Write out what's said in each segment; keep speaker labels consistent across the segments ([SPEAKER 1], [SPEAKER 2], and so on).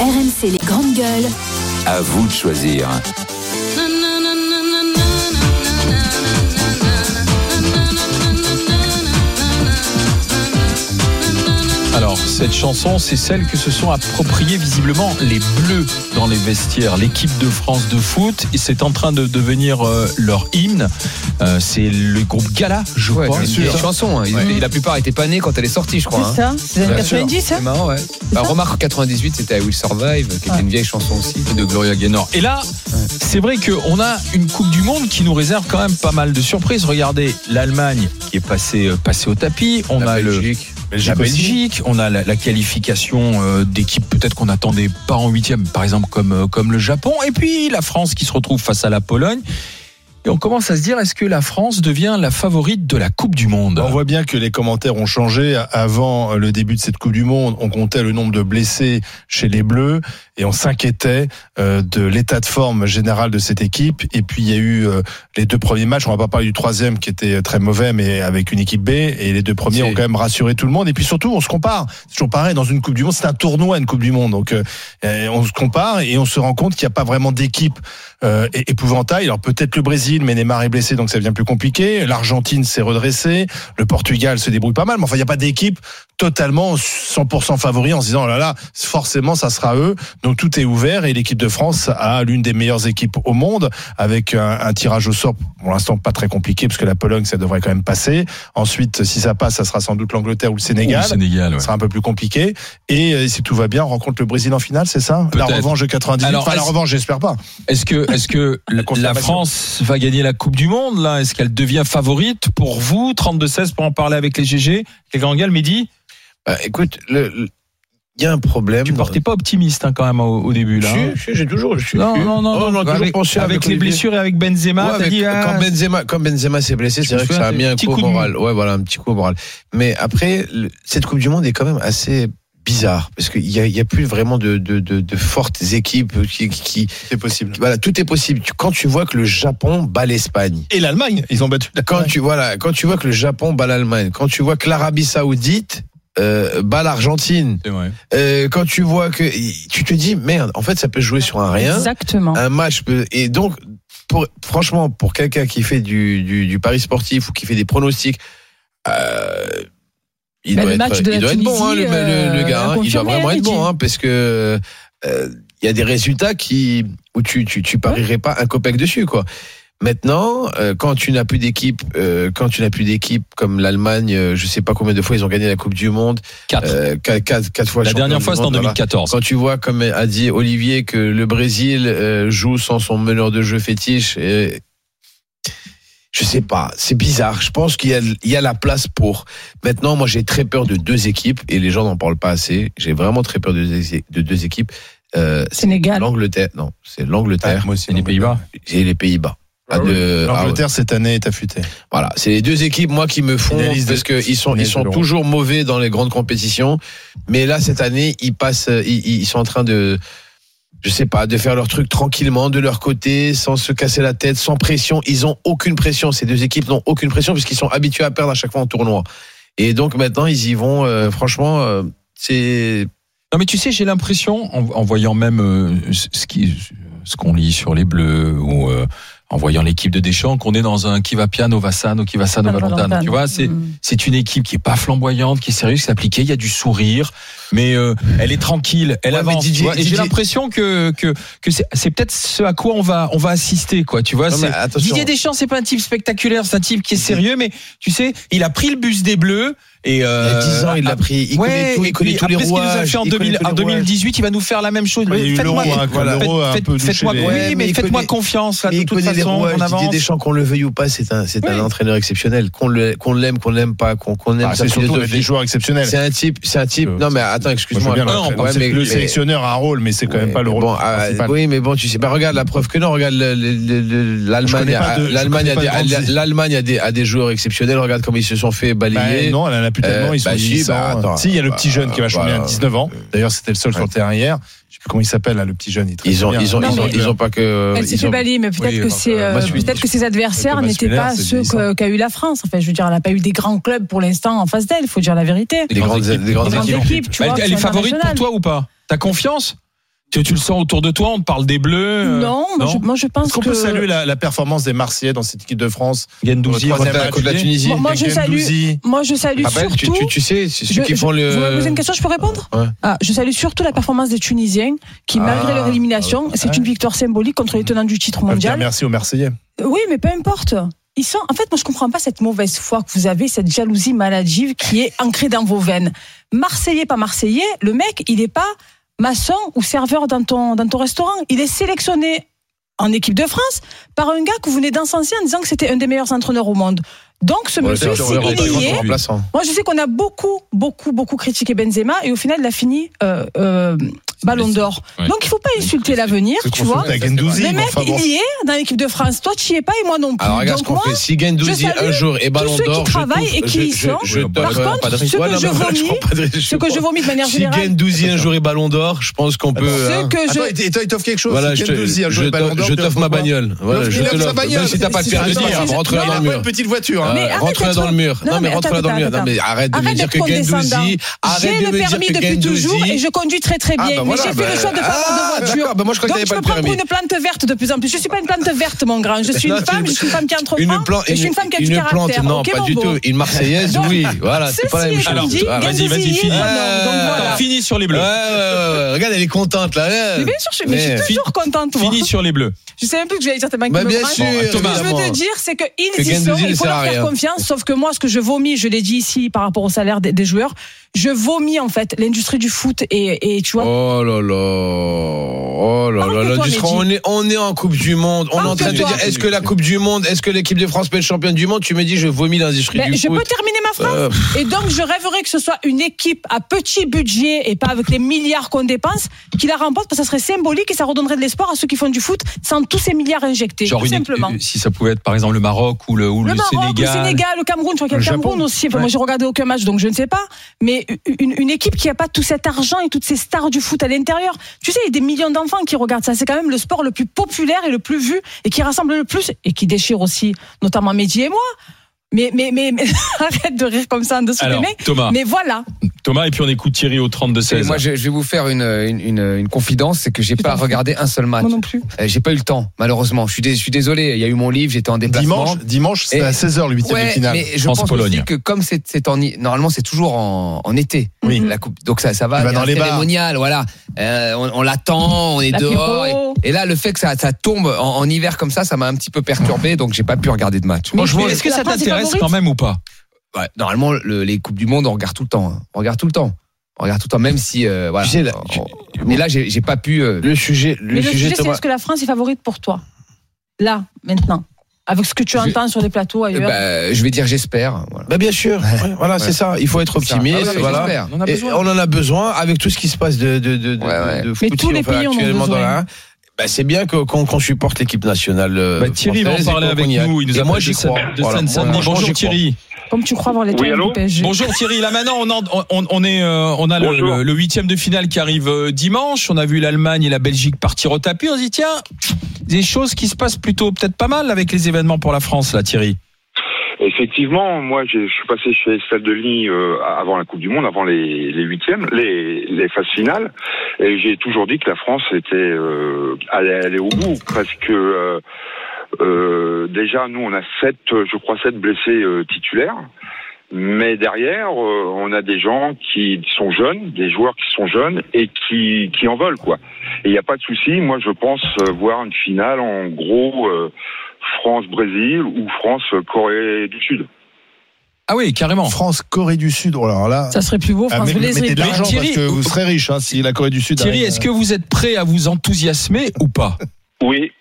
[SPEAKER 1] RMC les grandes gueules.
[SPEAKER 2] À vous de choisir.
[SPEAKER 3] Alors, cette chanson, c'est celle que se sont appropriées visiblement les Bleus dans les vestiaires, l'équipe de France de foot. Et c'est en train de devenir euh, leur hymne. Euh, c'est le groupe Gala, je
[SPEAKER 4] Ouais,
[SPEAKER 3] crois.
[SPEAKER 4] bien sûr.
[SPEAKER 3] Bien sûr.
[SPEAKER 4] chanson. hein. Ils-
[SPEAKER 3] Ouais.
[SPEAKER 4] et La plupart étaient pas nés quand elle est sortie, je crois. hein.
[SPEAKER 5] C'est ça, c'est les années
[SPEAKER 4] Bien sûr.
[SPEAKER 5] 90, ça
[SPEAKER 4] C'est marrant, ouais. Bah, remarque, 98, c'était I Will Survive, qui était
[SPEAKER 5] Ouais.
[SPEAKER 4] une vieille chanson aussi.
[SPEAKER 3] de Gloria Gaynor. Et là, c'est vrai qu'on a une Coupe du Monde qui nous réserve quand même pas mal de surprises. Regardez, l'Allemagne qui est passée, euh, passée au tapis. On a le,
[SPEAKER 4] Belgique.
[SPEAKER 3] la Belgique, on a la, la qualification euh, d'équipe peut-être qu'on n'attendait pas en huitième, par exemple comme, euh, comme le Japon, et puis la France qui se retrouve face à la Pologne. Et on commence à se dire, est-ce que la France devient la favorite de la Coupe du Monde
[SPEAKER 6] Bah,
[SPEAKER 7] On voit bien que les commentaires ont changé. Avant le début de cette Coupe du Monde, on comptait le nombre de blessés chez les Bleus et on s'inquiétait euh, de l'état de forme général de cette équipe. Et puis il y a eu euh, les deux premiers matchs. On va pas parler du troisième qui était très mauvais, mais avec une équipe B. Et les deux premiers
[SPEAKER 4] C'est-
[SPEAKER 7] ont quand même rassuré tout le monde. Et puis surtout, on se compare. C'est toujours pareil dans une Coupe du Monde. C'est un tournoi une Coupe du Monde. Donc euh, euh, on se compare et on se rend compte qu'il n'y a pas vraiment d'équipe euh, é- épouvantaille. Alors peut-être le Brésil, mais Neymar est blessé, donc ça devient plus compliqué. L'Argentine s'est redressée. Le Portugal se débrouille pas mal. Mais enfin, il n'y a pas d'équipe totalement 100% favori en se disant, oh là là, forcément, ça sera eux. Donc tout est ouvert et l'équipe de France a l'une des meilleures équipes au monde avec un, un tirage au sort pour l'instant pas très compliqué parce que la Pologne, ça devrait quand même passer. Ensuite, si ça passe, ça sera sans doute l'Angleterre ou le Sénégal.
[SPEAKER 3] Ou le Sénégal, ouais.
[SPEAKER 7] Ce sera un peu plus compliqué. Et euh, si tout va bien, on rencontre le Brésil en finale, c'est ça La
[SPEAKER 3] Peut-être.
[SPEAKER 7] revanche de 98.
[SPEAKER 3] Alors,
[SPEAKER 7] enfin, la
[SPEAKER 3] est-ce-
[SPEAKER 7] revanche, j'espère pas.
[SPEAKER 3] Est-ce que, est-ce que la,
[SPEAKER 7] confirmation.
[SPEAKER 3] France va gagner la Coupe du Monde là Est-ce qu'elle devient favorite pour vous 32-16 pour en parler avec les GG, les grands gars, le midi. Euh,
[SPEAKER 6] Bah, écoute, le- le- il y a un problème.
[SPEAKER 3] Tu portais pas optimiste hein, quand même au, au début là. hein.
[SPEAKER 6] euh, Si, si, j'ai toujours. je-
[SPEAKER 3] Non,
[SPEAKER 6] je-
[SPEAKER 3] non, non,
[SPEAKER 6] Oh,
[SPEAKER 3] non,
[SPEAKER 6] on a toujours
[SPEAKER 3] avec,
[SPEAKER 6] pensé
[SPEAKER 3] avec les
[SPEAKER 6] Olivier.
[SPEAKER 3] blessures et avec
[SPEAKER 6] Ouais,
[SPEAKER 3] Benzema, t'as
[SPEAKER 6] avec-
[SPEAKER 3] dit, ah,
[SPEAKER 6] quand Benzema, quand Benzema s'est blessé,
[SPEAKER 3] Je
[SPEAKER 6] c'est
[SPEAKER 3] me
[SPEAKER 6] vrai que
[SPEAKER 3] souviens,
[SPEAKER 6] ça a mis un
[SPEAKER 3] petit
[SPEAKER 6] coup au
[SPEAKER 3] coup de
[SPEAKER 6] moral. Ouais, voilà, un petit coup au moral. Mais après, le- cette Coupe du Monde est quand même assez bizarre parce qu'il y a, il y a plus vraiment de, de, de, de fortes équipes qui, qui- qui-
[SPEAKER 7] C'est possible.
[SPEAKER 6] voilà, tout est possible. Tu- Quand tu vois que le Japon bat l'Espagne,
[SPEAKER 7] Et l'Allemagne, ils ont battu.
[SPEAKER 6] quand
[SPEAKER 7] Ouais.
[SPEAKER 6] tu voilà, quand tu vois que le Japon bat l'Allemagne, quand tu vois que l'Arabie Saoudite euh, bat l'Argentine,
[SPEAKER 3] C'est vrai.
[SPEAKER 6] euh, quand tu vois que tu te dis merde, en fait, ça peut jouer sur un rien Ah,
[SPEAKER 5] Exactement.
[SPEAKER 6] un match peut- et donc pour, franchement pour quelqu'un qui fait du, du, du pari sportif ou qui fait des pronostics euh, il,
[SPEAKER 5] Bah,
[SPEAKER 6] doit
[SPEAKER 5] le
[SPEAKER 6] être,
[SPEAKER 5] match de
[SPEAKER 6] il
[SPEAKER 5] la
[SPEAKER 6] doit être bon hein, le,
[SPEAKER 5] Tunisie,
[SPEAKER 6] le- le
[SPEAKER 5] euh,
[SPEAKER 6] gars
[SPEAKER 5] a
[SPEAKER 6] hein. il doit
[SPEAKER 5] confirmé,
[SPEAKER 6] vraiment être bon
[SPEAKER 5] Richie.
[SPEAKER 6] hein, parce que euh, il y a des résultats qui où tu tu, tu parierais pas un copec dessus quoi Maintenant, euh, quand tu n'as plus d'équipe, euh, quand tu n'as plus d'équipe comme l'Allemagne, euh, je sais pas combien de fois ils ont gagné la Coupe du Monde,
[SPEAKER 3] Quatre.
[SPEAKER 6] euh, quatre, quatre, quatre fois.
[SPEAKER 3] La
[SPEAKER 6] champion
[SPEAKER 3] dernière
[SPEAKER 6] du
[SPEAKER 3] fois, c'était en
[SPEAKER 6] monde, voilà.
[SPEAKER 3] 2014.
[SPEAKER 6] Quand tu vois, comme a dit Olivier, que le Brésil euh, joue sans son meneur de jeu fétiche, euh, je sais pas, c'est bizarre. Je pense qu'il y a, il y a la place pour. Maintenant, moi, j'ai très peur de deux équipes et les gens n'en parlent pas assez. J'ai vraiment très peur de deux, de deux équipes. Euh, c'est
[SPEAKER 5] Sénégal.
[SPEAKER 6] l'Angleterre, non, c'est l'Angleterre
[SPEAKER 3] C'est les Pays-Bas.
[SPEAKER 6] Ah, et les Pays-Bas. À deux- ah ouais. Ah,
[SPEAKER 7] L'Angleterre cette année est affûtée.
[SPEAKER 6] Voilà, c'est les deux équipes moi qui me font
[SPEAKER 7] Finaliste de-
[SPEAKER 6] parce que ils sont ils
[SPEAKER 7] finaliste
[SPEAKER 6] sont
[SPEAKER 7] de l'Euro.
[SPEAKER 6] toujours mauvais dans les grandes compétitions, mais là cette année ils passent euh, ils, ils sont en train de je sais pas de faire leur truc tranquillement de leur côté sans se casser la tête, sans pression, ils ont aucune pression, ces deux équipes n'ont aucune pression puisqu'ils sont habitués à perdre à chaque fois en tournoi. Et donc maintenant ils y vont euh, franchement euh, c'est
[SPEAKER 3] Non, mais tu sais, j'ai l'impression, en, en voyant même euh, ce ce qui- ce qu'on lit sur les Bleus ou euh, en voyant l'équipe de Deschamps, qu'on est dans un qui va piano, va sano, qui va sano,
[SPEAKER 5] Pas de
[SPEAKER 3] Valentane.
[SPEAKER 5] Valentane.
[SPEAKER 3] Tu vois, c'est euh,
[SPEAKER 5] Mm.
[SPEAKER 3] c'est une équipe qui est pas flamboyante, qui est sérieuse, qui s'est appliquée. Il y a du sourire, mais euh, elle est tranquille, elle
[SPEAKER 6] Ouais, mais
[SPEAKER 3] avance. tu
[SPEAKER 6] Didier-
[SPEAKER 3] vois. et j'ai
[SPEAKER 6] Didier-
[SPEAKER 3] l'impression que que que c'est c'est peut-être ce à quoi on va on va assister, quoi. Tu vois,
[SPEAKER 6] Non, mais
[SPEAKER 3] c'est-
[SPEAKER 6] attention.
[SPEAKER 3] Didier Deschamps, c'est pas un type spectaculaire, c'est un type qui est sérieux, mais tu sais, il a pris le bus des Bleus et
[SPEAKER 6] il y a
[SPEAKER 3] euh,
[SPEAKER 6] 10 ans, il l'a pris, il connaît tout,
[SPEAKER 3] et
[SPEAKER 6] il connaît
[SPEAKER 3] puis
[SPEAKER 6] tous les
[SPEAKER 3] après ce qu'il nous a
[SPEAKER 6] rouages,
[SPEAKER 3] fait en,
[SPEAKER 6] il connaît
[SPEAKER 3] 2000
[SPEAKER 6] tous les
[SPEAKER 3] en 2018, il va nous faire la même chose.
[SPEAKER 7] Il y a eu
[SPEAKER 3] Faites-moi-
[SPEAKER 7] l'euro, hein,
[SPEAKER 3] faites-
[SPEAKER 7] quand l'euro a un
[SPEAKER 3] faites-
[SPEAKER 7] peu touché
[SPEAKER 3] faites-moi-
[SPEAKER 7] les-
[SPEAKER 3] oui,
[SPEAKER 6] Mais
[SPEAKER 3] mais
[SPEAKER 6] il
[SPEAKER 3] faites-moi
[SPEAKER 6] connaît-
[SPEAKER 3] confiance. là,
[SPEAKER 6] Mais
[SPEAKER 3] de
[SPEAKER 6] il
[SPEAKER 3] toute
[SPEAKER 6] connaît les
[SPEAKER 3] façon,
[SPEAKER 6] rouages,
[SPEAKER 3] on avance.
[SPEAKER 6] Didier Deschamps, qu'on le veuille ou pas, c'est un, c'est
[SPEAKER 3] Oui.
[SPEAKER 6] un entraîneur exceptionnel. Qu'on le- qu'on l'aime, qu'on l'aime pas, qu'on qu'on aime
[SPEAKER 7] Ah,
[SPEAKER 6] sa
[SPEAKER 7] c'est surtout on a des
[SPEAKER 6] philosophie.
[SPEAKER 7] joueurs exceptionnels.
[SPEAKER 6] C'est un type, c'est un type.
[SPEAKER 7] Euh,
[SPEAKER 6] Non mais attends,
[SPEAKER 7] Moi, je
[SPEAKER 6] excuse-moi.
[SPEAKER 7] veux bien
[SPEAKER 3] Non,
[SPEAKER 7] l'entendre.
[SPEAKER 6] Ouais,
[SPEAKER 7] C'est
[SPEAKER 6] mais-
[SPEAKER 7] que le
[SPEAKER 6] mais-
[SPEAKER 7] sélectionneur a un rôle, mais c'est quand
[SPEAKER 6] ouais,
[SPEAKER 7] même pas le
[SPEAKER 6] mais
[SPEAKER 7] rôle
[SPEAKER 6] bon, ah,
[SPEAKER 7] principal.
[SPEAKER 6] oui, mais bon, tu sais. Bah, regarde la preuve que non. Regarde le- le- le- le- l'Allemagne.
[SPEAKER 7] Je connais pas
[SPEAKER 6] a-
[SPEAKER 7] de- je
[SPEAKER 6] L'Allemagne a,
[SPEAKER 7] connais pas de
[SPEAKER 6] des-
[SPEAKER 7] grandes-
[SPEAKER 6] l'Allemagne a des, a des joueurs exceptionnels. Regarde comment ils se sont fait
[SPEAKER 7] Bah,
[SPEAKER 6] balayer.
[SPEAKER 7] non, elle en a plus tellement.
[SPEAKER 6] Euh,
[SPEAKER 7] ils sont
[SPEAKER 6] bah, si,
[SPEAKER 7] vieillissants.
[SPEAKER 6] bah, attends.
[SPEAKER 7] si, il y a le petit
[SPEAKER 6] Bah,
[SPEAKER 7] jeune qui va changer
[SPEAKER 6] voilà.
[SPEAKER 7] à 19 ans. D'ailleurs, c'était le seul sur le
[SPEAKER 6] Ouais.
[SPEAKER 7] terrain hier. Je sais plus comment il s'appelle, là, le petit jeune. Il est très
[SPEAKER 6] ils ont,
[SPEAKER 7] bien.
[SPEAKER 6] ils ont,
[SPEAKER 5] Non,
[SPEAKER 6] ils ont,
[SPEAKER 5] mais-
[SPEAKER 6] ils ont pas que. euh,
[SPEAKER 5] Elle s'est
[SPEAKER 6] ils
[SPEAKER 5] fait
[SPEAKER 6] ont-
[SPEAKER 5] balayer, mais peut-être
[SPEAKER 7] oui,
[SPEAKER 5] que,
[SPEAKER 7] donc,
[SPEAKER 5] ses,
[SPEAKER 7] euh,
[SPEAKER 5] euh,
[SPEAKER 7] moi, je suis-
[SPEAKER 5] peut-être que ses adversaires
[SPEAKER 7] Thomas
[SPEAKER 5] n'étaient
[SPEAKER 7] Müller,
[SPEAKER 5] pas
[SPEAKER 7] c'est
[SPEAKER 5] ceux
[SPEAKER 7] vieillissant.
[SPEAKER 5] que- qu'a eu la France. Enfin, je veux dire, elle n'a pas eu des grands clubs pour l'instant en face d'elle, il faut dire la vérité.
[SPEAKER 6] Des grandes,
[SPEAKER 3] équipes.
[SPEAKER 6] des grandes
[SPEAKER 5] Des grandes
[SPEAKER 6] équipes.
[SPEAKER 5] équipes, tu vois.
[SPEAKER 3] Elle, elle est
[SPEAKER 5] sur
[SPEAKER 3] favorite pour
[SPEAKER 5] l'international.
[SPEAKER 3] toi ou pas T'as confiance Tu, tu le sens autour de toi On te parle des Bleus euh,
[SPEAKER 5] non, moi, Je, moi, je pense
[SPEAKER 7] Est-ce qu'on
[SPEAKER 5] que.
[SPEAKER 7] peut saluer la, la performance des Marseillais dans cette équipe de France
[SPEAKER 3] Gendouzi,
[SPEAKER 7] Troisième
[SPEAKER 3] Romain
[SPEAKER 7] match.
[SPEAKER 4] contre la
[SPEAKER 3] Barbier.
[SPEAKER 4] Tunisie.
[SPEAKER 5] Moi, je
[SPEAKER 7] Avec
[SPEAKER 5] salue-
[SPEAKER 7] Guendouzi.
[SPEAKER 5] Moi, je salue
[SPEAKER 7] Ah, bah,
[SPEAKER 6] Raphaël, Ah ben, tu,
[SPEAKER 5] surtout.
[SPEAKER 6] tu, tu sais, c'est ceux
[SPEAKER 5] Je-
[SPEAKER 6] qui font
[SPEAKER 5] je-
[SPEAKER 6] le.
[SPEAKER 5] Vous me posez une question, je peux répondre
[SPEAKER 6] Ouais.
[SPEAKER 5] ah, Je salue surtout la performance des Tunisiens qui,
[SPEAKER 4] Ah,
[SPEAKER 5] malgré leur élimination, c'est
[SPEAKER 7] ouais. Ah,
[SPEAKER 5] une victoire symbolique contre les tenants du titre
[SPEAKER 7] On peut dire
[SPEAKER 5] mondial.
[SPEAKER 7] merci aux Marseillais.
[SPEAKER 5] Oui, mais peu importe. Ils sont, en fait, moi, je comprends pas cette mauvaise foi que vous avez, cette jalousie maladive qui est ancrée dans vos veines. Marseillais, pas Marseillais, le mec, il n'est pas maçon ou serveur dans ton, dans ton restaurant. Il est sélectionné en équipe de France par un gars que vous venez d'encenser en disant que c'était un des meilleurs entraîneurs au monde. Donc, ce
[SPEAKER 6] Ouais,
[SPEAKER 5] monsieur,
[SPEAKER 6] c'est un joueur
[SPEAKER 5] s'est
[SPEAKER 6] remplaçant.
[SPEAKER 5] humilié.
[SPEAKER 6] remplaçant.
[SPEAKER 5] Moi, je sais qu'on a beaucoup, beaucoup, beaucoup critiqué Benzema et au final, il a fini euh, euh, Ballon d'Or.
[SPEAKER 3] Ouais.
[SPEAKER 5] Donc, il faut pas insulter l'avenir,
[SPEAKER 7] C'est
[SPEAKER 5] tu vois.
[SPEAKER 7] confronté à Guendouzi,
[SPEAKER 5] Mais
[SPEAKER 7] mais
[SPEAKER 5] mec,
[SPEAKER 7] enfin bon.
[SPEAKER 5] il y est dans l'équipe de France. Toi, tu y es pas et moi non plus.
[SPEAKER 6] Alors regarde ce qu'on
[SPEAKER 5] Donc, moi,
[SPEAKER 6] fait. Si Gendouzi
[SPEAKER 5] je salue
[SPEAKER 6] un jour est ballon
[SPEAKER 5] tous ceux qui
[SPEAKER 6] d'or, je
[SPEAKER 5] travaillent
[SPEAKER 6] t'offre-
[SPEAKER 5] et qui
[SPEAKER 6] je-
[SPEAKER 5] y
[SPEAKER 6] je-
[SPEAKER 5] sont.
[SPEAKER 6] je
[SPEAKER 3] Par
[SPEAKER 6] t'offre
[SPEAKER 5] contre,
[SPEAKER 6] pas de risque.
[SPEAKER 5] ce que
[SPEAKER 6] Ouais, non,
[SPEAKER 5] je
[SPEAKER 6] mais voilà, je
[SPEAKER 5] vomis,
[SPEAKER 6] prends pas de risque,
[SPEAKER 5] ce que je vomis de manière
[SPEAKER 6] Si
[SPEAKER 5] générale,
[SPEAKER 6] Gendouzi un jour est ballon d'or, je pense qu'on peut.
[SPEAKER 5] ce
[SPEAKER 6] hein,
[SPEAKER 5] que je.
[SPEAKER 7] Attends, et toi, il t'offre quelque chose
[SPEAKER 6] Voilà, je te-
[SPEAKER 7] Guendouzi a joué
[SPEAKER 6] je
[SPEAKER 7] le Ballon
[SPEAKER 6] te-
[SPEAKER 7] d'Or,
[SPEAKER 6] je
[SPEAKER 7] tu
[SPEAKER 6] t'offre ma
[SPEAKER 7] offres quoi
[SPEAKER 6] bagnole. Voilà,
[SPEAKER 7] Il
[SPEAKER 6] je
[SPEAKER 7] offre
[SPEAKER 6] te
[SPEAKER 7] sa
[SPEAKER 6] l'offre.
[SPEAKER 7] bagnole.
[SPEAKER 6] Même si t'as pas le
[SPEAKER 7] C'est-
[SPEAKER 6] permis,
[SPEAKER 7] c'est-
[SPEAKER 6] hein,
[SPEAKER 7] c'est-
[SPEAKER 6] rentre-la
[SPEAKER 7] Il
[SPEAKER 6] dans
[SPEAKER 7] a
[SPEAKER 6] le
[SPEAKER 7] pas
[SPEAKER 6] mur.
[SPEAKER 7] une petite voiture. hein.
[SPEAKER 5] Mais arrête
[SPEAKER 6] rentre-la
[SPEAKER 5] d'être-
[SPEAKER 6] dans le mur.
[SPEAKER 5] Non,
[SPEAKER 6] Non, mais
[SPEAKER 5] mais
[SPEAKER 6] rentre-la
[SPEAKER 5] attends,
[SPEAKER 6] dans le mur.
[SPEAKER 5] attends,
[SPEAKER 6] Non, mais arrête de me
[SPEAKER 5] Arrête
[SPEAKER 6] dire que
[SPEAKER 5] d'être condescendant.
[SPEAKER 6] Gendouzi. Arrête
[SPEAKER 5] J'ai
[SPEAKER 6] de
[SPEAKER 5] le
[SPEAKER 6] me dire
[SPEAKER 5] permis
[SPEAKER 6] que
[SPEAKER 5] depuis toujours et
[SPEAKER 6] Gendouzi.
[SPEAKER 5] je conduis très très bien.
[SPEAKER 6] bah
[SPEAKER 5] mais
[SPEAKER 6] voilà,
[SPEAKER 5] j'ai fait
[SPEAKER 6] bah,
[SPEAKER 5] le choix de pas avoir de voiture.
[SPEAKER 6] D'accord, bah moi je crois que
[SPEAKER 5] Donc
[SPEAKER 6] t'avais
[SPEAKER 5] je
[SPEAKER 6] pas
[SPEAKER 5] me
[SPEAKER 6] le
[SPEAKER 5] prends pour
[SPEAKER 6] permis.
[SPEAKER 5] une plante verte de plus en plus. Je suis pas une plante verte, mon grand. Je suis une
[SPEAKER 6] Non, tu-
[SPEAKER 5] femme, je suis une femme qui entreprend.
[SPEAKER 6] Une plante,
[SPEAKER 5] et je suis une femme qui a du
[SPEAKER 6] une plante,
[SPEAKER 5] caractère.
[SPEAKER 6] non,
[SPEAKER 5] Ok,
[SPEAKER 6] pas
[SPEAKER 5] mon
[SPEAKER 6] du
[SPEAKER 5] beau.
[SPEAKER 6] tout. Une Marseillaise,
[SPEAKER 5] Donc,
[SPEAKER 6] oui. Voilà, c'est pas la même
[SPEAKER 5] Ceci étant
[SPEAKER 6] chose.
[SPEAKER 5] dit,
[SPEAKER 6] Ah,
[SPEAKER 3] vas-y, vas-y,
[SPEAKER 5] Gendouzi y est,
[SPEAKER 3] finis.
[SPEAKER 5] moi non. Donc voilà. Euh,
[SPEAKER 3] Attends, Finis Ah, sur les
[SPEAKER 6] Ouais, ouais,
[SPEAKER 3] Bleus.
[SPEAKER 6] ouais, ouais. Regarde, elle est contente là.
[SPEAKER 5] Mais
[SPEAKER 6] Ouais.
[SPEAKER 5] bien sûr, je suis, mais je
[SPEAKER 6] Ah, Mais-
[SPEAKER 5] suis toujours contente, moi.
[SPEAKER 3] Finis sur les Bleus.
[SPEAKER 5] Je savais même plus que j'allais dire tellement qu'il
[SPEAKER 6] Bah,
[SPEAKER 5] me
[SPEAKER 6] bien
[SPEAKER 5] branche.
[SPEAKER 6] sûr,
[SPEAKER 3] Thomas,
[SPEAKER 5] Ah, Ce que je veux
[SPEAKER 6] évidemment.
[SPEAKER 5] te dire, c'est que
[SPEAKER 6] Que
[SPEAKER 5] ils y
[SPEAKER 6] Guendouzi,
[SPEAKER 5] sont,
[SPEAKER 6] il
[SPEAKER 5] il faut
[SPEAKER 6] sert
[SPEAKER 5] leur
[SPEAKER 6] à
[SPEAKER 5] faire
[SPEAKER 6] rien.
[SPEAKER 5] confiance, sauf que moi, ce que je vomis, je l'ai dit ici par rapport au salaire des, des joueurs, je vomis en fait l'industrie du foot et, et tu vois,
[SPEAKER 6] Oh là là, oh là
[SPEAKER 5] Parle
[SPEAKER 6] là,
[SPEAKER 5] de
[SPEAKER 6] là,
[SPEAKER 5] toi,
[SPEAKER 6] du-
[SPEAKER 5] Mehdi.
[SPEAKER 6] on est on est en Coupe du Monde, on est
[SPEAKER 5] Parle
[SPEAKER 6] en train
[SPEAKER 5] de
[SPEAKER 6] de te
[SPEAKER 5] toi.
[SPEAKER 6] dire est-ce que la Coupe du Monde, est-ce que l'équipe de France peut être championne du monde Tu me dis je vomis l'industrie
[SPEAKER 5] Ben,
[SPEAKER 6] du
[SPEAKER 5] je
[SPEAKER 6] foot.
[SPEAKER 5] peux terminer ma phrase
[SPEAKER 6] Euh,
[SPEAKER 5] Et donc, je rêverais que ce soit une équipe à petit budget et pas avec les milliards qu'on dépense qui la remporte parce que ça serait symbolique et ça redonnerait de l'espoir à ceux qui font du foot sans tous ces milliards injectés.
[SPEAKER 3] Genre
[SPEAKER 5] tout
[SPEAKER 3] une-
[SPEAKER 5] simplement.
[SPEAKER 3] euh, si ça pouvait être par exemple le Maroc ou le, ou
[SPEAKER 5] Le,
[SPEAKER 3] le
[SPEAKER 5] Maroc,
[SPEAKER 3] Sénégal.
[SPEAKER 5] le Sénégal, le Cameroun, je crois qu'il y a le
[SPEAKER 7] le
[SPEAKER 5] Cameroun
[SPEAKER 7] Japon.
[SPEAKER 5] aussi. Enfin, Moi, j'ai regardé aucun match, donc je ne sais pas. Mais une, une équipe qui n'a pas tout cet argent et toutes ces stars du foot à l'intérieur. Tu sais, il y a des millions d'enfants qui regardent ça. C'est quand même le sport le plus populaire et le plus vu et qui rassemble le plus et qui déchire aussi, notamment Mehdi et moi. Mais, mais, mais, mais- arrête de rire comme ça en dessous
[SPEAKER 3] Alors ah.
[SPEAKER 5] des mecs.
[SPEAKER 3] Thomas,
[SPEAKER 5] Mais voilà.
[SPEAKER 3] Thomas et puis on écoute Thierry au 32 16.
[SPEAKER 4] Moi, je, je vais vous faire une, une, une- une confidence, c'est que j'ai pas regardé un seul match.
[SPEAKER 5] Moi non plus.
[SPEAKER 4] Euh, J'ai pas eu le temps, malheureusement. Je suis, dés- je suis désolé. Il y a eu mon livre, j'étais en déplacement.
[SPEAKER 7] Dimanche, dimanche c'est
[SPEAKER 4] Et-
[SPEAKER 7] à 16h, le huitième de
[SPEAKER 4] Ouais,
[SPEAKER 7] finale.
[SPEAKER 4] mais je pense
[SPEAKER 3] France-Pologne.
[SPEAKER 4] aussi que comme c'est c'est en hi- normalement c'est toujours en, en été
[SPEAKER 7] Oui.
[SPEAKER 4] la coupe donc ça ça va,
[SPEAKER 7] Il va
[SPEAKER 4] il y a
[SPEAKER 7] dans
[SPEAKER 4] un
[SPEAKER 7] les bars.
[SPEAKER 4] cérémonial voilà Euh, on, on l'attend on est
[SPEAKER 5] L'apéro.
[SPEAKER 4] dehors et, et là le fait que ça, ça tombe en, en hiver comme ça ça m'a un petit peu perturbé donc j'ai pas pu regarder de match
[SPEAKER 3] Franchement,
[SPEAKER 5] Mais
[SPEAKER 3] est-ce que
[SPEAKER 5] la
[SPEAKER 3] ça
[SPEAKER 5] France est
[SPEAKER 3] t'intéresse
[SPEAKER 5] favorite
[SPEAKER 3] quand même ou pas
[SPEAKER 4] Ouais, normalement le- les coupes du monde on regarde tout le temps hein. on regarde tout le temps on regarde tout le temps même si euh, voilà
[SPEAKER 6] Tu sais, là,
[SPEAKER 4] on-
[SPEAKER 6] tu-
[SPEAKER 4] mais là j'ai j'ai pas pu euh,
[SPEAKER 6] Le sujet, le
[SPEAKER 5] Mais le
[SPEAKER 6] sujet,
[SPEAKER 5] sujet, c'est
[SPEAKER 6] Thomas.
[SPEAKER 5] est-ce que la France est favorite pour toi Là, maintenant. Avec ce que tu
[SPEAKER 4] Je-
[SPEAKER 5] entends sur les plateaux
[SPEAKER 4] euh,
[SPEAKER 5] ailleurs.
[SPEAKER 4] bah, je vais dire j'espère voilà.
[SPEAKER 6] Bah bien sûr, Ouais, voilà c'est ça. Il faut être
[SPEAKER 4] C'est ça. Ah
[SPEAKER 6] optimiste,
[SPEAKER 4] ouais, mais
[SPEAKER 6] voilà.
[SPEAKER 4] j'espère.
[SPEAKER 3] On en a
[SPEAKER 6] Et
[SPEAKER 3] besoin.
[SPEAKER 6] on en a besoin avec tout ce qui se passe de, de, de, de-
[SPEAKER 4] Ouais, ouais.
[SPEAKER 6] de
[SPEAKER 5] Mais
[SPEAKER 6] foot
[SPEAKER 5] tous
[SPEAKER 6] qui
[SPEAKER 5] les
[SPEAKER 6] en fait
[SPEAKER 5] pays en ont
[SPEAKER 6] actuellement dans
[SPEAKER 5] besoin.
[SPEAKER 6] la 1. Bah, c'est bien que- qu'on qu'on supporte l'équipe nationale. euh,
[SPEAKER 3] Bah, Thierry va en
[SPEAKER 6] française et
[SPEAKER 3] parler
[SPEAKER 6] qu'on-
[SPEAKER 3] avec
[SPEAKER 6] qu'on y aille.
[SPEAKER 3] nous. Il nous
[SPEAKER 6] Et
[SPEAKER 3] a
[SPEAKER 6] moi j'y crois.
[SPEAKER 3] De
[SPEAKER 6] Voilà.
[SPEAKER 3] Seine-Saint-Denis.
[SPEAKER 6] Moi, franchement,
[SPEAKER 3] Bonjour
[SPEAKER 6] j'y crois.
[SPEAKER 3] Thierry.
[SPEAKER 5] Comme tu crois voir les
[SPEAKER 1] Oui,
[SPEAKER 5] toiles
[SPEAKER 1] allô
[SPEAKER 5] du PSG.
[SPEAKER 3] Bonjour Thierry. Là maintenant, on, en- on, on est, euh, on a le-
[SPEAKER 1] Bonjour.
[SPEAKER 3] le le huitième de finale qui arrive euh, dimanche. On a vu l'Allemagne et la Belgique partir au tapis. On se dit tiens, des choses qui se passent plutôt peut-être pas mal avec les événements pour la France là, Thierry.
[SPEAKER 1] Effectivement, moi j'ai- je suis passé chez Stade de Lignes euh, avant la Coupe du Monde, avant les, les huitièmes, les, les phases finales, et j'ai toujours dit que la France était euh, allait aller au bout parce que euh, euh, déjà nous on a sept, euh, je crois sept blessés euh, titulaires. Mais derrière, euh, on a des gens qui sont jeunes, des joueurs qui sont jeunes et qui, qui en veulent quoi. Et il n'y a pas de souci. Moi, je pense euh, voir une finale en gros euh, France-Brésil ou France-Corée du Sud.
[SPEAKER 3] Ah oui, carrément.
[SPEAKER 7] France, Corée du Sud. Oh là là.
[SPEAKER 5] Ça serait plus beau,
[SPEAKER 7] Ah,
[SPEAKER 5] France
[SPEAKER 7] mais- mettez
[SPEAKER 5] Blézé.
[SPEAKER 7] de l'argent
[SPEAKER 3] Mais
[SPEAKER 7] parce
[SPEAKER 3] Thierry-
[SPEAKER 7] que vous serez riche hein, si la Corée du Sud.
[SPEAKER 3] Thierry,
[SPEAKER 7] arrive,
[SPEAKER 3] est-ce que vous êtes prêt à vous enthousiasmer ou pas
[SPEAKER 1] Oui.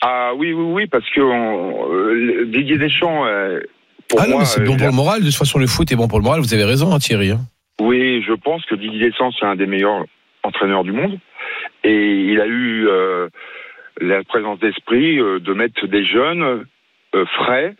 [SPEAKER 1] Ah oui, oui, oui, parce que on- euh, le- Didier Deschamps, euh, pour
[SPEAKER 6] Ah non,
[SPEAKER 1] moi,
[SPEAKER 6] mais c'est
[SPEAKER 1] euh,
[SPEAKER 6] bon
[SPEAKER 1] il a-
[SPEAKER 6] pour le moral. De toute façon, le foot est bon pour le moral. Vous avez raison, hein, Thierry. hein.
[SPEAKER 1] oui, je pense que Didier Deschamps c'est un des meilleurs entraîneurs du monde, et il a eu euh, la présence d'esprit euh, de mettre des jeunes euh, frais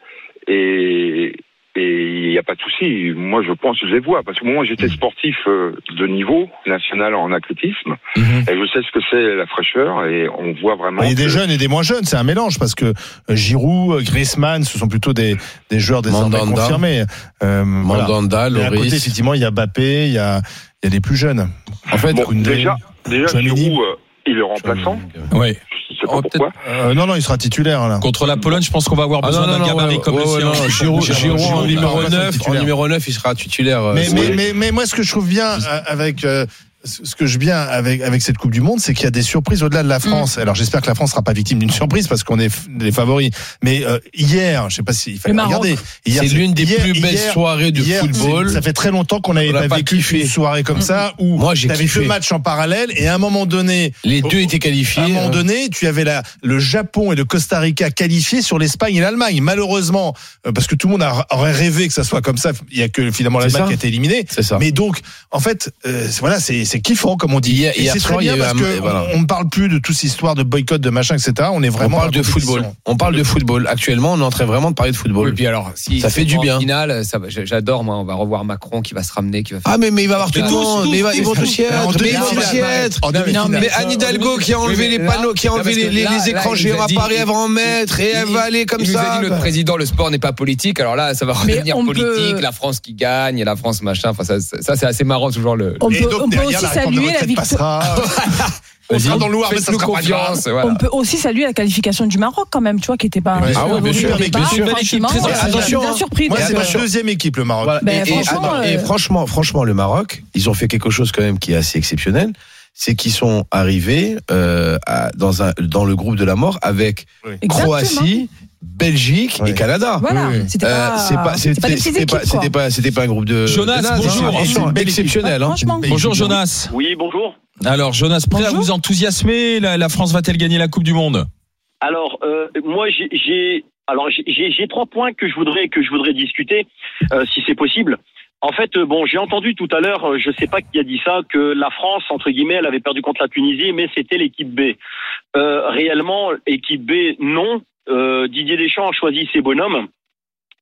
[SPEAKER 1] et et il n'y a pas de souci. Moi, je pense, que je les vois, parce que moi, j'étais
[SPEAKER 7] Mmh.
[SPEAKER 1] sportif euh, de niveau national en athlétisme, et je sais ce que c'est la fraîcheur, et on voit vraiment.
[SPEAKER 7] Mmh. Il y a des
[SPEAKER 1] que-
[SPEAKER 7] jeunes et des moins jeunes, c'est un mélange parce que euh, Giroud, euh, Griezmann, ce sont plutôt des, des joueurs désormais
[SPEAKER 6] Mandanda.
[SPEAKER 7] confirmés. Euh, voilà.
[SPEAKER 6] Mandanda,
[SPEAKER 7] Et à côté,
[SPEAKER 6] Loris.
[SPEAKER 7] effectivement, il y a Bappé, il y a, il y a les plus jeunes.
[SPEAKER 6] En fait,
[SPEAKER 1] Bon,
[SPEAKER 7] Koundé.
[SPEAKER 1] déjà, déjà
[SPEAKER 7] Chouameni.
[SPEAKER 1] Giroud, euh, Il est remplaçant,
[SPEAKER 6] Euh,
[SPEAKER 3] Ouais.
[SPEAKER 1] je sais
[SPEAKER 3] On
[SPEAKER 1] pas
[SPEAKER 8] Oh,
[SPEAKER 3] va peut-être-
[SPEAKER 1] pourquoi.
[SPEAKER 7] Euh, non, non, il sera titulaire là.
[SPEAKER 3] Contre la Pologne, je pense qu'on va
[SPEAKER 6] Ah,
[SPEAKER 3] avoir besoin d'un gabarit comme le sien.
[SPEAKER 6] Oh, Giroud, Giroud en numéro
[SPEAKER 7] remplaçant
[SPEAKER 6] 9, en
[SPEAKER 7] titulaire.
[SPEAKER 6] numéro 9, il sera titulaire. euh,
[SPEAKER 7] Mais,
[SPEAKER 6] c'est-
[SPEAKER 7] mais, mais, mais moi, ce que je trouve bien euh, avec. euh, ce ce que je bien avec avec cette Coupe du Monde, c'est qu'il y a des surprises au-delà de la
[SPEAKER 6] Mm.
[SPEAKER 7] France. Alors j'espère que la France sera pas victime d'une surprise parce qu'on est f- les favoris. Mais euh, hier, je sais pas s'il fallait
[SPEAKER 5] Le Maroc.
[SPEAKER 7] regarder. Hier,
[SPEAKER 6] c'est l'une des
[SPEAKER 7] hier-
[SPEAKER 6] plus belles
[SPEAKER 7] hier-
[SPEAKER 6] soirées de
[SPEAKER 7] hier, c'est-
[SPEAKER 6] football.
[SPEAKER 7] Ça fait très longtemps qu'on
[SPEAKER 6] On
[SPEAKER 7] n'avait
[SPEAKER 6] l'a
[SPEAKER 7] pas,
[SPEAKER 6] pas
[SPEAKER 7] vécu
[SPEAKER 6] kiffé. Mm.
[SPEAKER 7] une soirée comme ça où
[SPEAKER 6] Moi, j'ai
[SPEAKER 7] t'avais
[SPEAKER 6] kiffé.
[SPEAKER 7] deux matchs en parallèle et à un moment donné,
[SPEAKER 6] Les
[SPEAKER 7] Oh,
[SPEAKER 6] deux étaient
[SPEAKER 7] à
[SPEAKER 6] qualifiés. hein.
[SPEAKER 7] un moment donné, tu avais la, le Japon et le Costa Rica qualifiés sur l'Espagne et l'Allemagne. Malheureusement, euh, parce que tout le monde a- aurait rêvé que ça soit comme ça, il y a que finalement
[SPEAKER 6] C'est
[SPEAKER 7] l'Allemagne
[SPEAKER 6] ça.
[SPEAKER 7] qui a été éliminée.
[SPEAKER 6] C'est ça.
[SPEAKER 7] Mais donc, en fait, euh, c'est- voilà, c'est c'est kiffant comme on dit.
[SPEAKER 6] Hier-
[SPEAKER 7] Et
[SPEAKER 6] hier
[SPEAKER 7] c'est très
[SPEAKER 6] soir, il y
[SPEAKER 7] bien
[SPEAKER 6] a eu
[SPEAKER 7] parce
[SPEAKER 6] un-
[SPEAKER 7] que
[SPEAKER 6] et voilà.
[SPEAKER 7] on- on ne parle plus de toute cette histoire de boycott, de machin, etc. On est
[SPEAKER 6] on
[SPEAKER 7] vraiment.
[SPEAKER 6] parle
[SPEAKER 7] dans
[SPEAKER 6] de
[SPEAKER 7] la compétition.
[SPEAKER 6] football. On parle de football. Actuellement, on est en train vraiment de parler de
[SPEAKER 4] Oui,
[SPEAKER 6] football.
[SPEAKER 4] puis alors, si
[SPEAKER 6] Ça
[SPEAKER 4] ils
[SPEAKER 6] fait
[SPEAKER 4] sont
[SPEAKER 6] du
[SPEAKER 4] en
[SPEAKER 6] bien.
[SPEAKER 4] Finale, ça, va, j'a- j'adore moi. On va revoir Macron qui va se ramener, qui va. Faire...
[SPEAKER 6] Ah mais, mais il va avoir tout le
[SPEAKER 4] Mais
[SPEAKER 6] monde,
[SPEAKER 4] tous,
[SPEAKER 6] mais il va- ils vont tous y
[SPEAKER 7] Alors, en
[SPEAKER 6] être, mais ils vont
[SPEAKER 7] demi-finale,
[SPEAKER 6] tous y être.
[SPEAKER 7] En
[SPEAKER 4] Ah, Non, mais-
[SPEAKER 7] demi-finale.
[SPEAKER 6] Mais Anne Hidalgo qui a enlevé
[SPEAKER 4] Oui,
[SPEAKER 6] les
[SPEAKER 4] mais là-
[SPEAKER 6] panneaux, qui a
[SPEAKER 4] là,
[SPEAKER 6] enlevé
[SPEAKER 4] parce
[SPEAKER 6] les,
[SPEAKER 4] que
[SPEAKER 6] les-
[SPEAKER 4] là-
[SPEAKER 6] les
[SPEAKER 4] là,
[SPEAKER 6] écrans
[SPEAKER 4] il nous
[SPEAKER 6] géants
[SPEAKER 4] a
[SPEAKER 6] à
[SPEAKER 4] dit-
[SPEAKER 6] Paris,
[SPEAKER 4] il-
[SPEAKER 6] elle va en mettre et
[SPEAKER 4] il-
[SPEAKER 6] elle va aller comme
[SPEAKER 4] Il nous a
[SPEAKER 6] ça.
[SPEAKER 4] dit le président, le sport n'est pas politique. Alors là, ça va
[SPEAKER 5] Mais
[SPEAKER 4] redevenir
[SPEAKER 5] on
[SPEAKER 4] politique.
[SPEAKER 5] peut-
[SPEAKER 4] La France qui gagne, et la France machin. Enfin, ça, ça, ça, c'est assez marrant toujours le.
[SPEAKER 5] On
[SPEAKER 7] Et
[SPEAKER 5] peut,
[SPEAKER 7] donc,
[SPEAKER 5] on peut
[SPEAKER 7] derrière,
[SPEAKER 5] aussi
[SPEAKER 7] la réforme de
[SPEAKER 5] saluer la
[SPEAKER 7] retraite
[SPEAKER 5] victoire.
[SPEAKER 7] passera.
[SPEAKER 4] On
[SPEAKER 7] sera dans le Loir, mais ça
[SPEAKER 4] Faites-nous
[SPEAKER 7] sera pas
[SPEAKER 4] confiance. voilà.
[SPEAKER 5] On peut aussi saluer la qualification du Maroc quand même, tu vois, qui était pas.
[SPEAKER 7] Ah oui,
[SPEAKER 5] favori
[SPEAKER 6] bien sûr,
[SPEAKER 5] au
[SPEAKER 6] bien
[SPEAKER 5] départ,
[SPEAKER 6] sûr.
[SPEAKER 5] franchement,
[SPEAKER 6] Très-
[SPEAKER 5] euh,
[SPEAKER 6] attention,
[SPEAKER 5] bien
[SPEAKER 6] hein.
[SPEAKER 5] surpris.
[SPEAKER 7] Moi,
[SPEAKER 6] Et
[SPEAKER 7] c'est ma
[SPEAKER 6] attention.
[SPEAKER 7] deuxième équipe, le Maroc.
[SPEAKER 6] Voilà.
[SPEAKER 5] Ben,
[SPEAKER 6] et, et-
[SPEAKER 5] franchement,
[SPEAKER 6] attends, et
[SPEAKER 5] euh,
[SPEAKER 6] franchement, franchement, le Maroc, ils ont fait quelque chose quand même qui est assez exceptionnel, c'est qu'ils sont arrivés euh, à- dans, un, dans le groupe de la mort avec
[SPEAKER 5] Exactement.
[SPEAKER 6] Croatie, Belgique
[SPEAKER 7] Ouais.
[SPEAKER 6] et Canada.
[SPEAKER 5] Voilà,
[SPEAKER 7] Oui, oui.
[SPEAKER 5] c'était
[SPEAKER 6] Euh,
[SPEAKER 5] pas.
[SPEAKER 6] c'est pas,
[SPEAKER 5] c'était Ah, pas des
[SPEAKER 6] c'était
[SPEAKER 5] petites
[SPEAKER 6] c'était
[SPEAKER 5] équipes,
[SPEAKER 6] pas,
[SPEAKER 5] quoi.
[SPEAKER 6] c'était pas, c'était pas un groupe de.
[SPEAKER 3] Jonas,
[SPEAKER 6] de nazes,
[SPEAKER 3] bonjour.
[SPEAKER 6] hein.
[SPEAKER 3] Et c'est une
[SPEAKER 6] Franchement,
[SPEAKER 7] belle équipe.
[SPEAKER 6] exceptionnel.
[SPEAKER 5] Ouais,
[SPEAKER 6] hein.
[SPEAKER 5] franchement.
[SPEAKER 3] Bonjour Jonas.
[SPEAKER 8] Oui, bonjour.
[SPEAKER 3] Alors Jonas, prêt à
[SPEAKER 5] Bonjour.
[SPEAKER 3] vous enthousiasmer la, la France va-t-elle gagner la Coupe du Monde
[SPEAKER 8] Alors, euh, moi, j'ai- j'ai alors j'ai- j'ai j'ai trois points que je voudrais que je voudrais discuter, euh, si c'est possible. En fait, euh, bon, j'ai entendu tout à l'heure, euh, je sais pas qui a dit ça, que la France, entre guillemets, elle avait perdu contre la Tunisie, mais c'était l'équipe B. Euh, réellement, équipe B, non. Euh, Didier Deschamps a choisi ses bonhommes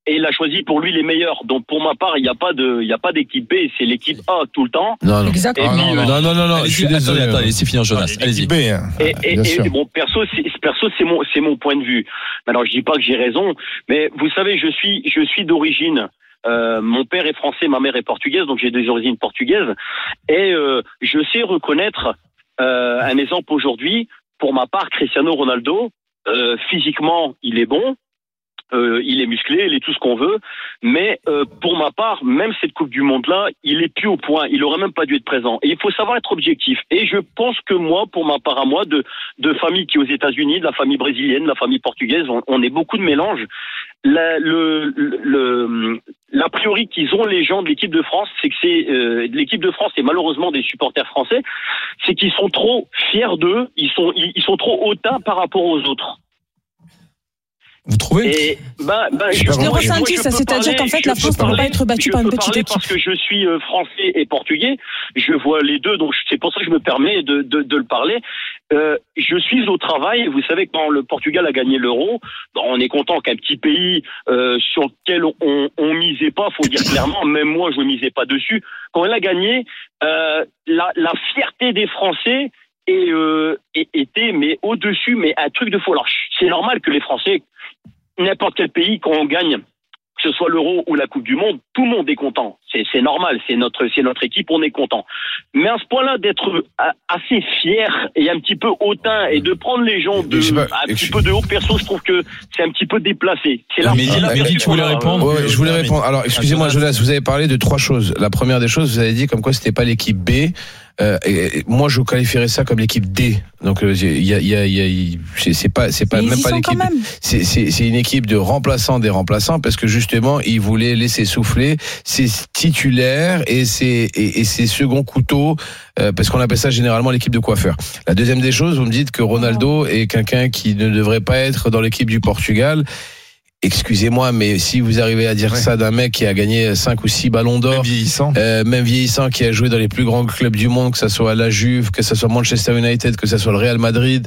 [SPEAKER 8] et il a choisi pour lui les meilleurs. Donc, pour ma part, il n'y a pas de, il y a pas d'équipe B, c'est l'équipe A tout le temps.
[SPEAKER 6] Non, Ah non.
[SPEAKER 5] Exactement.
[SPEAKER 8] Et puis, euh,
[SPEAKER 6] Non, non, non, non,
[SPEAKER 3] Allez-y,
[SPEAKER 6] je suis
[SPEAKER 3] attendez,
[SPEAKER 6] désolé.
[SPEAKER 3] Attendez, c'est fini Jonas. Allez-y.
[SPEAKER 7] Équipe B, hein.
[SPEAKER 8] Et, et-
[SPEAKER 7] bien
[SPEAKER 8] et
[SPEAKER 7] sûr.
[SPEAKER 8] bon, perso, c'est perso, c'est mon, c'est mon point de vue. Alors, je dis pas que j'ai raison, mais vous savez, je suis, je suis d'origine. euh, mon père est français, ma mère est portugaise, donc j'ai des origines portugaises. Et euh, je sais reconnaître euh, un exemple aujourd'hui. Pour ma part, Cristiano Ronaldo, euh, physiquement, il est bon. euh, il est musclé, il est tout ce qu'on veut, mais euh, pour ma part, même cette Coupe du Monde-là, il est plus au point. Il aurait même pas dû être présent. Et il faut savoir être objectif. Et je pense que moi, pour ma part à moi, de de familles qui aux États-Unis, de la famille brésilienne, de la famille portugaise, on, on est beaucoup de mélanges. La, le, le- le- l'a priori qu'ils ont les gens de l'équipe de France, c'est que c'est euh, de l'équipe de France et malheureusement des supporters français, c'est qu'ils sont trop fiers d'eux, ils sont ils, ils sont trop hautains par rapport aux autres.
[SPEAKER 3] Vous trouvez
[SPEAKER 8] Et bah, bah,
[SPEAKER 3] Je l'ai
[SPEAKER 8] moi,
[SPEAKER 5] ressenti,
[SPEAKER 8] moi,
[SPEAKER 5] ça,
[SPEAKER 8] je peux
[SPEAKER 5] c'est-à-dire
[SPEAKER 8] parler-
[SPEAKER 5] qu'en fait,
[SPEAKER 8] je
[SPEAKER 5] la
[SPEAKER 8] peux
[SPEAKER 5] France ne peut
[SPEAKER 8] parler-
[SPEAKER 5] pas être battue
[SPEAKER 8] je
[SPEAKER 5] par une
[SPEAKER 8] peux
[SPEAKER 5] petite
[SPEAKER 8] parler
[SPEAKER 5] équipe.
[SPEAKER 8] Parce que je suis euh, français et portugais, je vois les deux, donc je- c'est pour ça que je me permets de, de, de le parler. Euh, je suis au travail, vous savez, quand le Portugal a gagné l'euro, bah, on est content qu'un petit pays euh, sur lequel on, on misait pas, faut dire clairement, même moi je misais pas dessus, quand elle a gagné, euh, la, la fierté des Français est, euh, est- était mais au-dessus, mais un truc de fou. Alors c'est normal que les Français, n'importe quel pays, quand on gagne que ce soit l'euro ou la Coupe du Monde, tout le monde est content. C'est c'est normal, c'est notre, c'est notre équipe, on est content. Mais à ce point-là, d'être a- assez fier et un petit peu hautain et de prendre les gens de,
[SPEAKER 6] Je sais pas,
[SPEAKER 8] un petit
[SPEAKER 6] je-
[SPEAKER 8] peu de haut, perso, je trouve que c'est un petit peu déplacé. C'est là,
[SPEAKER 3] Mais
[SPEAKER 8] c'est
[SPEAKER 3] dis-
[SPEAKER 8] là-
[SPEAKER 3] mais dis, tu voulais répondre
[SPEAKER 6] Ouais, ouais, je voulais répondre. Alors, excusez-moi, Jonas, vous avez parlé de trois choses. La première des choses, vous avez dit comme quoi c'était pas l'équipe B. Euh, et- et moi, je qualifierais ça comme l'équipe D. Donc, euh, il y a, il y a, il y a- il- c'est c'est pas, c'est pas
[SPEAKER 5] Mais ils
[SPEAKER 6] même
[SPEAKER 5] y
[SPEAKER 6] pas
[SPEAKER 5] sont quand
[SPEAKER 6] l'équipe.
[SPEAKER 5] même.
[SPEAKER 6] C'est- C'est c'est une équipe de remplaçants des remplaçants parce que justement, ils voulaient laisser souffler ses titulaires et ses, et, et ses seconds couteaux euh, parce qu'on appelle ça généralement l'équipe de coiffeurs. La deuxième des choses, vous me dites que Ronaldo est quelqu'un qui ne devrait pas être dans l'équipe du Portugal. Excusez-moi, mais si vous arrivez à dire
[SPEAKER 7] Ouais.
[SPEAKER 6] ça d'un mec qui a gagné 5 ou 6 ballons
[SPEAKER 7] Même
[SPEAKER 6] d'or,
[SPEAKER 7] vieillissant.
[SPEAKER 6] euh, même vieillissant, qui a joué dans les plus grands clubs du monde, que ça soit la Juve, que ça soit Manchester United, que ça soit le Real Madrid,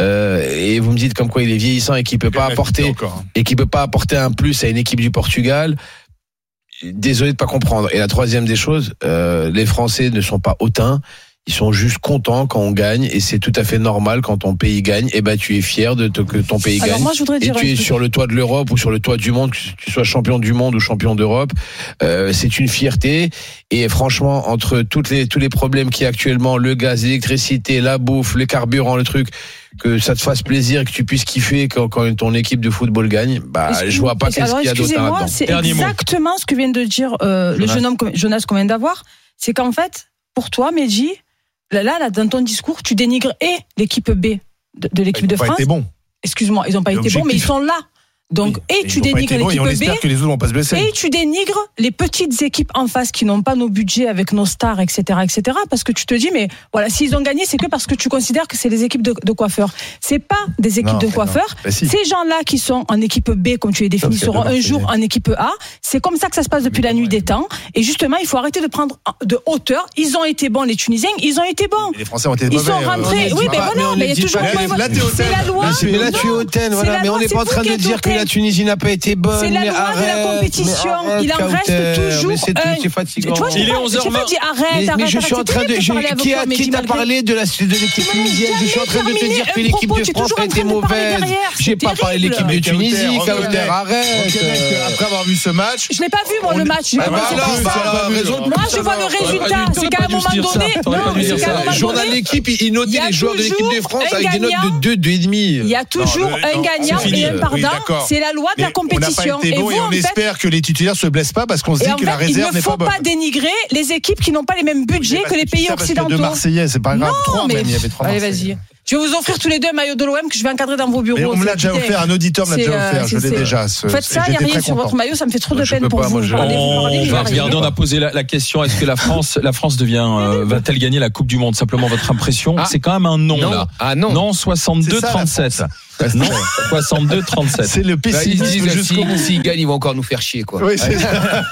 [SPEAKER 6] euh, et vous me dites comme quoi il est vieillissant et qu'il peut pas apporter
[SPEAKER 7] Encore.
[SPEAKER 6] et qui peut pas apporter un plus à une équipe du Portugal. Désolé de pas comprendre. Et la troisième des choses, euh, les Français ne sont pas hautains. Ils sont juste contents quand on gagne et c'est tout à fait normal quand ton pays gagne. Et ben tu es fier de te- que ton pays
[SPEAKER 5] Alors
[SPEAKER 6] gagne.
[SPEAKER 5] moi, je voudrais
[SPEAKER 6] Et
[SPEAKER 5] dire. un
[SPEAKER 6] tu es
[SPEAKER 5] truc.
[SPEAKER 6] sur le toit de l'Europe ou sur le toit du monde, que tu sois champion du monde ou champion d'Europe, euh, c'est une fierté. Et franchement, entre toutes les, tous les problèmes qu'il y a actuellement, le gaz, l'électricité, la bouffe, le carburant, le truc, que ça te fasse plaisir, que tu puisses kiffer quand, quand ton équipe de football gagne, bah,
[SPEAKER 5] Excuse-
[SPEAKER 6] je vois pas qu'est-ce
[SPEAKER 5] Alors,
[SPEAKER 6] qu'il y a d'autre à
[SPEAKER 5] Excusez-moi,
[SPEAKER 6] là-dedans.
[SPEAKER 5] c'est
[SPEAKER 3] Dernier mot.
[SPEAKER 5] exactement ce que vient de dire euh, le
[SPEAKER 6] Jonas.
[SPEAKER 5] jeune homme que- Jonas qu'on vient d'avoir. C'est qu'en fait, pour toi, Mehdi, là, là, là, dans ton discours, tu dénigres et l'équipe B de, de l'équipe de
[SPEAKER 7] Ils ont pas
[SPEAKER 5] France.
[SPEAKER 7] été bons.
[SPEAKER 5] Excuse-moi, ils n'ont pas
[SPEAKER 7] Et
[SPEAKER 5] été bons, mais ils
[SPEAKER 7] objectif.
[SPEAKER 5] sont là. Donc, et
[SPEAKER 7] Ils
[SPEAKER 5] tu
[SPEAKER 7] ont pas
[SPEAKER 5] dénigres
[SPEAKER 7] été bons et on
[SPEAKER 5] l'équipe B.
[SPEAKER 7] espère que les autres vont pas se blesser.
[SPEAKER 5] Et tu dénigres les petites équipes en face qui n'ont pas nos budgets avec nos stars, etc., etc. Parce que tu te dis, mais voilà, s'ils ont gagné, c'est que parce que tu considères que c'est les équipes de, de coiffeurs. C'est pas des équipes
[SPEAKER 7] Non,
[SPEAKER 5] de
[SPEAKER 7] mais non.
[SPEAKER 5] coiffeurs.
[SPEAKER 7] Bah si.
[SPEAKER 5] Ces gens-là qui sont en équipe B, comme tu les définis,
[SPEAKER 7] Sauf qu'il y a
[SPEAKER 5] seront
[SPEAKER 7] deux
[SPEAKER 5] un
[SPEAKER 7] Marseillais.
[SPEAKER 5] jour en équipe A. C'est comme ça que ça se passe depuis la nuit des temps. Et justement, il faut arrêter de prendre de hauteur. Ils ont été bons, les Tunisiens, ils ont été bons.
[SPEAKER 7] Et Les Français ont été
[SPEAKER 5] Ils
[SPEAKER 7] mauvais.
[SPEAKER 5] sont
[SPEAKER 7] euh,
[SPEAKER 5] rentrés.
[SPEAKER 6] on
[SPEAKER 5] Oui,
[SPEAKER 6] dit
[SPEAKER 5] mais
[SPEAKER 6] pas, mais on
[SPEAKER 5] voilà,
[SPEAKER 6] le
[SPEAKER 5] mais il y
[SPEAKER 6] dit
[SPEAKER 5] a toujours
[SPEAKER 6] pas.
[SPEAKER 5] un
[SPEAKER 7] Là, t'es
[SPEAKER 5] C'est la loi.
[SPEAKER 6] Là, tu- Ah, mais là,
[SPEAKER 5] Non,
[SPEAKER 6] tu es hautaine,
[SPEAKER 5] c'est
[SPEAKER 6] voilà.
[SPEAKER 5] la
[SPEAKER 6] Mais on
[SPEAKER 5] loi,
[SPEAKER 6] n'est
[SPEAKER 5] c'est
[SPEAKER 6] pas en
[SPEAKER 5] vous
[SPEAKER 6] train
[SPEAKER 5] qui
[SPEAKER 6] de
[SPEAKER 5] êtes
[SPEAKER 6] dire que la
[SPEAKER 5] hautaine.
[SPEAKER 6] Tunisie n'a pas été bonne.
[SPEAKER 5] C'est la
[SPEAKER 6] mais
[SPEAKER 5] loi de la
[SPEAKER 6] arrête,
[SPEAKER 5] compétition.
[SPEAKER 6] mais arrête,
[SPEAKER 5] Il en reste
[SPEAKER 6] Kauter,
[SPEAKER 5] toujours
[SPEAKER 6] mais c'est tout,
[SPEAKER 5] un.
[SPEAKER 6] c'est fatigant.
[SPEAKER 5] Tu vois, je
[SPEAKER 3] Il
[SPEAKER 5] t'ai
[SPEAKER 3] est
[SPEAKER 5] pas-
[SPEAKER 3] 11h20.
[SPEAKER 5] j'ai Eh, pas dit arrête,
[SPEAKER 6] Mais, mais
[SPEAKER 5] arrête,
[SPEAKER 6] je suis
[SPEAKER 5] arrête.
[SPEAKER 6] en train
[SPEAKER 5] C'est
[SPEAKER 6] de.
[SPEAKER 5] terrible
[SPEAKER 6] je-
[SPEAKER 5] parler avec
[SPEAKER 6] qui a-
[SPEAKER 5] toi, mais
[SPEAKER 6] qui
[SPEAKER 5] tu
[SPEAKER 6] t'a
[SPEAKER 5] malgré-
[SPEAKER 6] parlé de la- de l'équipe
[SPEAKER 5] Tu m'as
[SPEAKER 6] tunisienne Je suis en train de te
[SPEAKER 5] terminé
[SPEAKER 6] dire que
[SPEAKER 5] un
[SPEAKER 6] l'équipe
[SPEAKER 5] propos,
[SPEAKER 6] de
[SPEAKER 5] tu es toujours
[SPEAKER 6] France a
[SPEAKER 5] en
[SPEAKER 6] été
[SPEAKER 5] train de parler
[SPEAKER 6] mauvaise.
[SPEAKER 5] derrière,
[SPEAKER 6] J'ai
[SPEAKER 5] c'est
[SPEAKER 6] pas parlé de l'équipe
[SPEAKER 5] terrible.
[SPEAKER 6] de Tunisie,
[SPEAKER 7] Reconnaître,
[SPEAKER 6] Kauter, arrête.
[SPEAKER 7] reconnaître que Après avoir vu ce match,
[SPEAKER 5] Je l'ai pas vu, moi,
[SPEAKER 7] On
[SPEAKER 5] le
[SPEAKER 7] est-
[SPEAKER 5] match. J'ai
[SPEAKER 6] Ah
[SPEAKER 5] pas
[SPEAKER 6] bah
[SPEAKER 5] vu
[SPEAKER 7] alors,
[SPEAKER 5] ça.
[SPEAKER 7] bah alors, raison de plus,
[SPEAKER 5] Moi, je vois le résultat. C'est qu'à un moment donné, non,
[SPEAKER 6] Mais
[SPEAKER 5] c'est qu'à un
[SPEAKER 6] ça,
[SPEAKER 5] moment
[SPEAKER 6] Journal
[SPEAKER 5] donné,
[SPEAKER 6] d'équipe, il notait
[SPEAKER 5] il y a
[SPEAKER 6] les joueurs de l'équipe
[SPEAKER 5] toujours
[SPEAKER 6] de France
[SPEAKER 5] un
[SPEAKER 6] avec des
[SPEAKER 5] gagnant.
[SPEAKER 6] notes de 2, 2,5.
[SPEAKER 5] il y a toujours
[SPEAKER 7] non,
[SPEAKER 5] un
[SPEAKER 7] non,
[SPEAKER 5] gagnant
[SPEAKER 7] c'est fini.
[SPEAKER 5] et un
[SPEAKER 7] Oui,
[SPEAKER 5] pardant.
[SPEAKER 7] d'accord.
[SPEAKER 5] C'est la loi de la
[SPEAKER 7] mais on n'a pas
[SPEAKER 5] compétition.
[SPEAKER 7] été
[SPEAKER 5] Et
[SPEAKER 7] bon
[SPEAKER 5] vous,
[SPEAKER 7] et on
[SPEAKER 5] en fait,
[SPEAKER 7] espère que les titulaires se blessent pas parce qu'on se
[SPEAKER 5] Et
[SPEAKER 7] dit
[SPEAKER 5] en
[SPEAKER 7] que la
[SPEAKER 5] fait, il
[SPEAKER 7] réserve
[SPEAKER 5] ne
[SPEAKER 7] n'est pas
[SPEAKER 5] faut
[SPEAKER 7] bonne.
[SPEAKER 5] pas dénigrer les équipes qui n'ont pas les mêmes
[SPEAKER 7] Mais
[SPEAKER 5] budgets
[SPEAKER 7] parce
[SPEAKER 5] que les
[SPEAKER 7] tu
[SPEAKER 5] pays
[SPEAKER 7] sais, parce qu'il y a deux
[SPEAKER 5] occidentaux.
[SPEAKER 7] Marseillais, c'est pas grave. Trois
[SPEAKER 5] Non,
[SPEAKER 7] même, il y avait trois
[SPEAKER 5] Allez,
[SPEAKER 7] Marseillais.
[SPEAKER 5] vas-y. Je vais vous offrir tous les deux un maillot de l'OM que je vais encadrer dans vos bureaux.
[SPEAKER 7] Mais on me l'a déjà
[SPEAKER 5] Écoutez,
[SPEAKER 7] offert, un auditeur me l'a
[SPEAKER 5] c'est,
[SPEAKER 7] déjà
[SPEAKER 5] euh,
[SPEAKER 7] offert, je
[SPEAKER 5] c'est-
[SPEAKER 7] l'ai
[SPEAKER 5] c'est-
[SPEAKER 7] déjà. ce-
[SPEAKER 5] Faites ça, il n'y
[SPEAKER 7] j'étais
[SPEAKER 5] a rien
[SPEAKER 7] très
[SPEAKER 5] sur
[SPEAKER 7] content.
[SPEAKER 5] votre maillot, ça me fait trop de
[SPEAKER 6] Je
[SPEAKER 5] peine
[SPEAKER 6] peux
[SPEAKER 5] pour
[SPEAKER 6] pas,
[SPEAKER 5] vous.
[SPEAKER 6] moi, je-
[SPEAKER 5] Vous parlez, vous parlez,
[SPEAKER 3] On
[SPEAKER 5] mais
[SPEAKER 3] va
[SPEAKER 5] j'arrive
[SPEAKER 3] regarder,
[SPEAKER 5] pas.
[SPEAKER 3] on a posé la, la question, est-ce que la France, la France devient, euh, va-t-elle gagner la Coupe du Monde Simplement votre impression,
[SPEAKER 4] Ah.
[SPEAKER 3] c'est quand même un non,
[SPEAKER 4] Non.
[SPEAKER 3] là.
[SPEAKER 4] Ah non.
[SPEAKER 3] Non, 62
[SPEAKER 7] C'est ça, la
[SPEAKER 3] 37. Non, 62 37.
[SPEAKER 7] C'est le
[SPEAKER 4] Là, ils se
[SPEAKER 7] pessimisme
[SPEAKER 4] disent,
[SPEAKER 7] jusqu'au
[SPEAKER 4] s'ils gagnent, ils vont encore nous faire chier, quoi.
[SPEAKER 7] bout. Oui, c'est ça.